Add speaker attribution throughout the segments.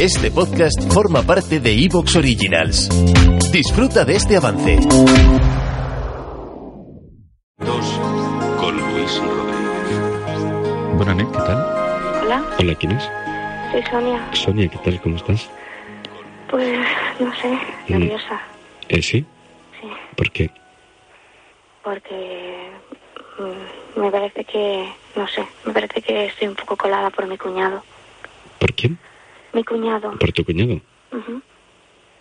Speaker 1: Este podcast forma parte de Evox Originals. Disfruta de este avance.
Speaker 2: Dos con Luis Rodríguez.
Speaker 3: Buenas, ¿qué tal?
Speaker 4: Hola,
Speaker 3: Hola, ¿quién es?
Speaker 4: soy Sonia.
Speaker 3: Sonia, ¿qué tal? ¿Cómo estás?
Speaker 4: Pues no sé,
Speaker 3: Mm.
Speaker 4: nerviosa,
Speaker 3: Eh, sí,
Speaker 4: sí,
Speaker 3: ¿por qué?
Speaker 4: porque mm, me parece que, no sé, me parece que estoy un poco colada por mi cuñado.
Speaker 3: ¿Por quién?
Speaker 4: Mi cuñado.
Speaker 3: ¿Por tu cuñado?
Speaker 4: ujú,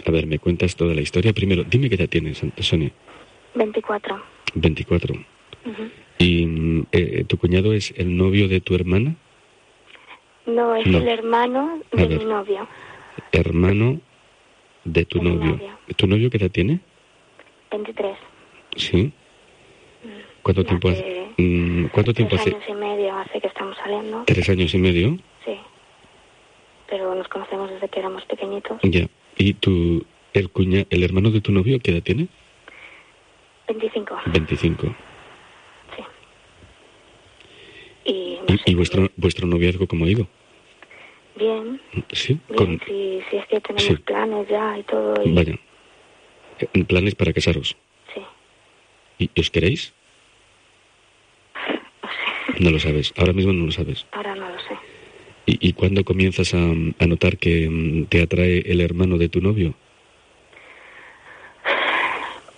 Speaker 3: A ver, me cuentas toda la historia. Primero, dime qué edad tienes, Son- Sonia.
Speaker 4: 24.
Speaker 3: 24.
Speaker 4: ujú.
Speaker 3: ¿Y mm, eh, tu cuñado es el novio de tu hermana?
Speaker 4: No, es
Speaker 3: No.
Speaker 4: el hermano
Speaker 3: A
Speaker 4: de
Speaker 3: ver.
Speaker 4: mi novio.
Speaker 3: Hermano de tu
Speaker 4: De mi
Speaker 3: novio.
Speaker 4: novio.
Speaker 3: ¿Tu novio qué edad tiene?
Speaker 4: 23.
Speaker 3: Sí. ¿Cuánto
Speaker 4: ya
Speaker 3: tiempo hace?
Speaker 4: que-
Speaker 3: Mm, ¿Cuánto tiempo
Speaker 4: Tres
Speaker 3: hace?
Speaker 4: años y medio hace que estamos saliendo.
Speaker 3: ¿Tres años y medio?
Speaker 4: Sí. Pero nos conocemos desde que éramos pequeñitos.
Speaker 3: Ya. ¿Y tu, el, cuña, el hermano de tu novio qué edad tiene?
Speaker 4: 25.
Speaker 3: 25.
Speaker 4: Sí. Y, no sé,
Speaker 3: ¿Y, y vuestro, vuestro noviazgo cómo ha ido?
Speaker 4: Bien.
Speaker 3: Sí,
Speaker 4: Bien,
Speaker 3: con,
Speaker 4: si, si es que tenemos
Speaker 3: Sí.
Speaker 4: planes ya y todo. Y,
Speaker 3: Vaya. Eh, Planes para casaros.
Speaker 4: Sí,
Speaker 3: ¿Y y os queréis? No lo sabes. Ahora mismo no lo sabes.
Speaker 4: ahora no lo sé.
Speaker 3: ¿Y, y cuándo comienzas a, a notar que mm, te atrae el hermano de tu novio?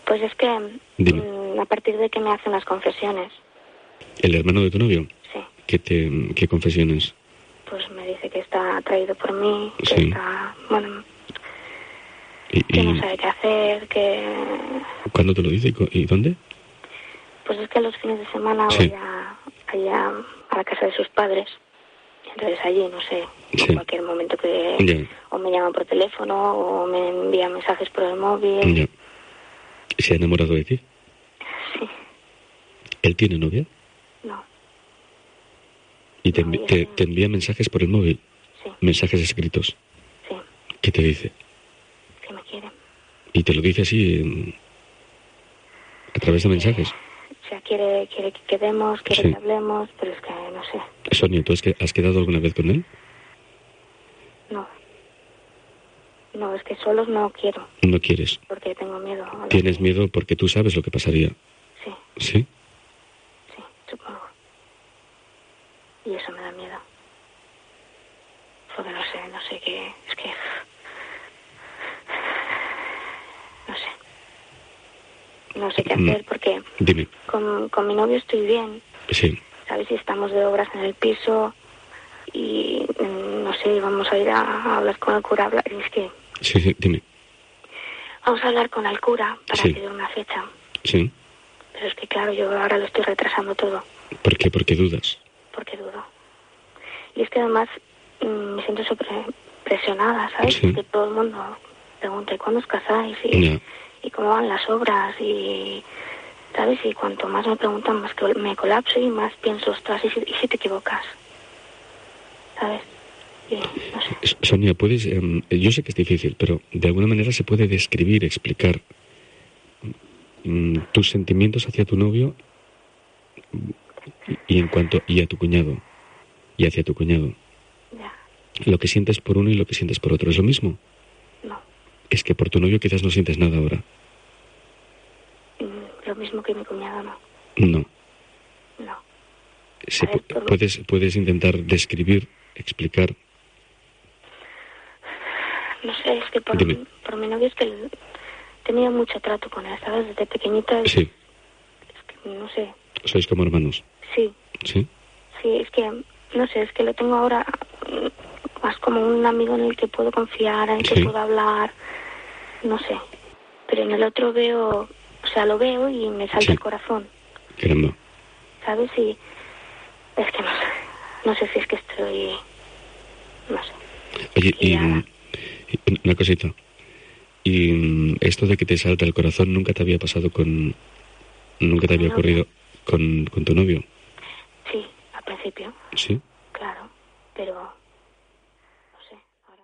Speaker 4: Pues es que mm, a partir de que me hace unas confesiones,
Speaker 3: ¿El hermano de tu novio?
Speaker 4: sí,
Speaker 3: ¿Qué, te, mm, qué confesiones?
Speaker 4: pues me dice que está atraído por mí, que
Speaker 3: Sí.
Speaker 4: está, bueno,
Speaker 3: ¿Y,
Speaker 4: que
Speaker 3: y
Speaker 4: no sabe qué hacer, que...
Speaker 3: cuándo te lo dice? ¿Y co- ¿Y dónde?
Speaker 4: Pues es que los fines de semana
Speaker 3: Sí.
Speaker 4: voy a, allá a la casa de sus padres. Entonces allí, no sé,
Speaker 3: Sí.
Speaker 4: en cualquier momento que...
Speaker 3: Ya,
Speaker 4: O me llaman por teléfono, o me envían mensajes por el móvil.
Speaker 3: ya. ¿Se ha enamorado de ti?
Speaker 4: Sí,
Speaker 3: ¿Él tiene novia?
Speaker 4: no,
Speaker 3: ¿Y te,
Speaker 4: No,
Speaker 3: envi-
Speaker 4: ya
Speaker 3: te-
Speaker 4: no.
Speaker 3: te envía mensajes por el móvil?
Speaker 4: sí,
Speaker 3: Mensajes escritos.
Speaker 4: sí,
Speaker 3: ¿Qué te dice?
Speaker 4: sí me quieren.
Speaker 3: ¿Y te lo dice así mm, a través de mensajes?
Speaker 4: O sea, quiere, quiere que quedemos, quiere
Speaker 3: Sí.
Speaker 4: que hablemos, pero es que no sé,
Speaker 3: Sonia, ¿tú has, que- has quedado alguna vez con él?
Speaker 4: no. No, es que solos no quiero,
Speaker 3: No quieres.
Speaker 4: porque tengo miedo. a lo
Speaker 3: Tienes
Speaker 4: que-
Speaker 3: miedo porque tú sabes lo que pasaría.
Speaker 4: Sí,
Speaker 3: ¿Sí?
Speaker 4: sí, supongo. Y eso me da miedo. Porque no sé, no sé qué, es que... No sé. No sé qué
Speaker 3: Mm.
Speaker 4: hacer, porque
Speaker 3: Dime.
Speaker 4: con, con mi novio estoy bien,
Speaker 3: Sí.
Speaker 4: ¿sabes? si estamos de obras en el piso y mm, no sé, vamos a ir a, a hablar con el cura. habla- Es que
Speaker 3: Sí, sí, dime.
Speaker 4: vamos a hablar con el cura para
Speaker 3: Sí.
Speaker 4: que dé una fecha.
Speaker 3: Sí.
Speaker 4: Pero es que claro, yo ahora lo estoy retrasando todo
Speaker 3: ¿Por qué? Porque dudas.
Speaker 4: porque dudo. Y es que además mm, me siento sobre presionada, ¿sabes?
Speaker 3: Sí. Mm.
Speaker 4: Porque todo el mundo pregunta, ¿y cuándo os casáis? Y,
Speaker 3: Ya.
Speaker 4: y cómo van las obras? Y, ¿sabes? Y cuanto más me preguntan, más que me colapso y más pienso, ostras, ¿y si, y si te equivocas? ¿Sabes? Y, no sé.
Speaker 3: S- Sonia, puedes... em, yo sé que es difícil, pero de alguna manera se puede describir, explicar mm, tus sentimientos hacia tu novio y- y en cuanto... y a tu cuñado. Y hacia tu cuñado.
Speaker 4: Ya,
Speaker 3: Lo que sientes por uno y lo que sientes por otro. ¿Es lo mismo?
Speaker 4: no.
Speaker 3: Es que por tu novio quizás no sientes nada ahora.
Speaker 4: Mm, Lo mismo que mi cuñado, no.
Speaker 3: No.
Speaker 4: No.
Speaker 3: Se
Speaker 4: A ver,
Speaker 3: pu-
Speaker 4: por-
Speaker 3: puedes, puedes intentar describir, explicar.
Speaker 4: No sé, es que por,
Speaker 3: Dime.
Speaker 4: por mi novio es que el- tenía mucho trato con él, ¿sabes? Desde pequeñita, es-
Speaker 3: Sí,
Speaker 4: es que, no sé.
Speaker 3: sois como hermanos.
Speaker 4: Sí,
Speaker 3: Sí,
Speaker 4: sí, es que, no sé, es que lo tengo ahora mm, más como un amigo en el que puedo confiar, en el que
Speaker 3: Sí.
Speaker 4: puedo hablar, no sé. Pero en el otro veo, o sea, lo veo y me salta
Speaker 3: Sí.
Speaker 4: el corazón,
Speaker 3: caramba.
Speaker 4: ¿sabes? Y es que no sé, no sé si es que estoy, no sé.
Speaker 3: Oye, y,
Speaker 4: Ya.
Speaker 3: y una cosita. Y mm, esto de que te salta el corazón nunca te había pasado con. Nunca te
Speaker 4: Con mi
Speaker 3: había
Speaker 4: novio.
Speaker 3: ocurrido con, con tu novio.
Speaker 4: Sí, al principio,
Speaker 3: Sí.
Speaker 4: claro, pero no sé, ahora.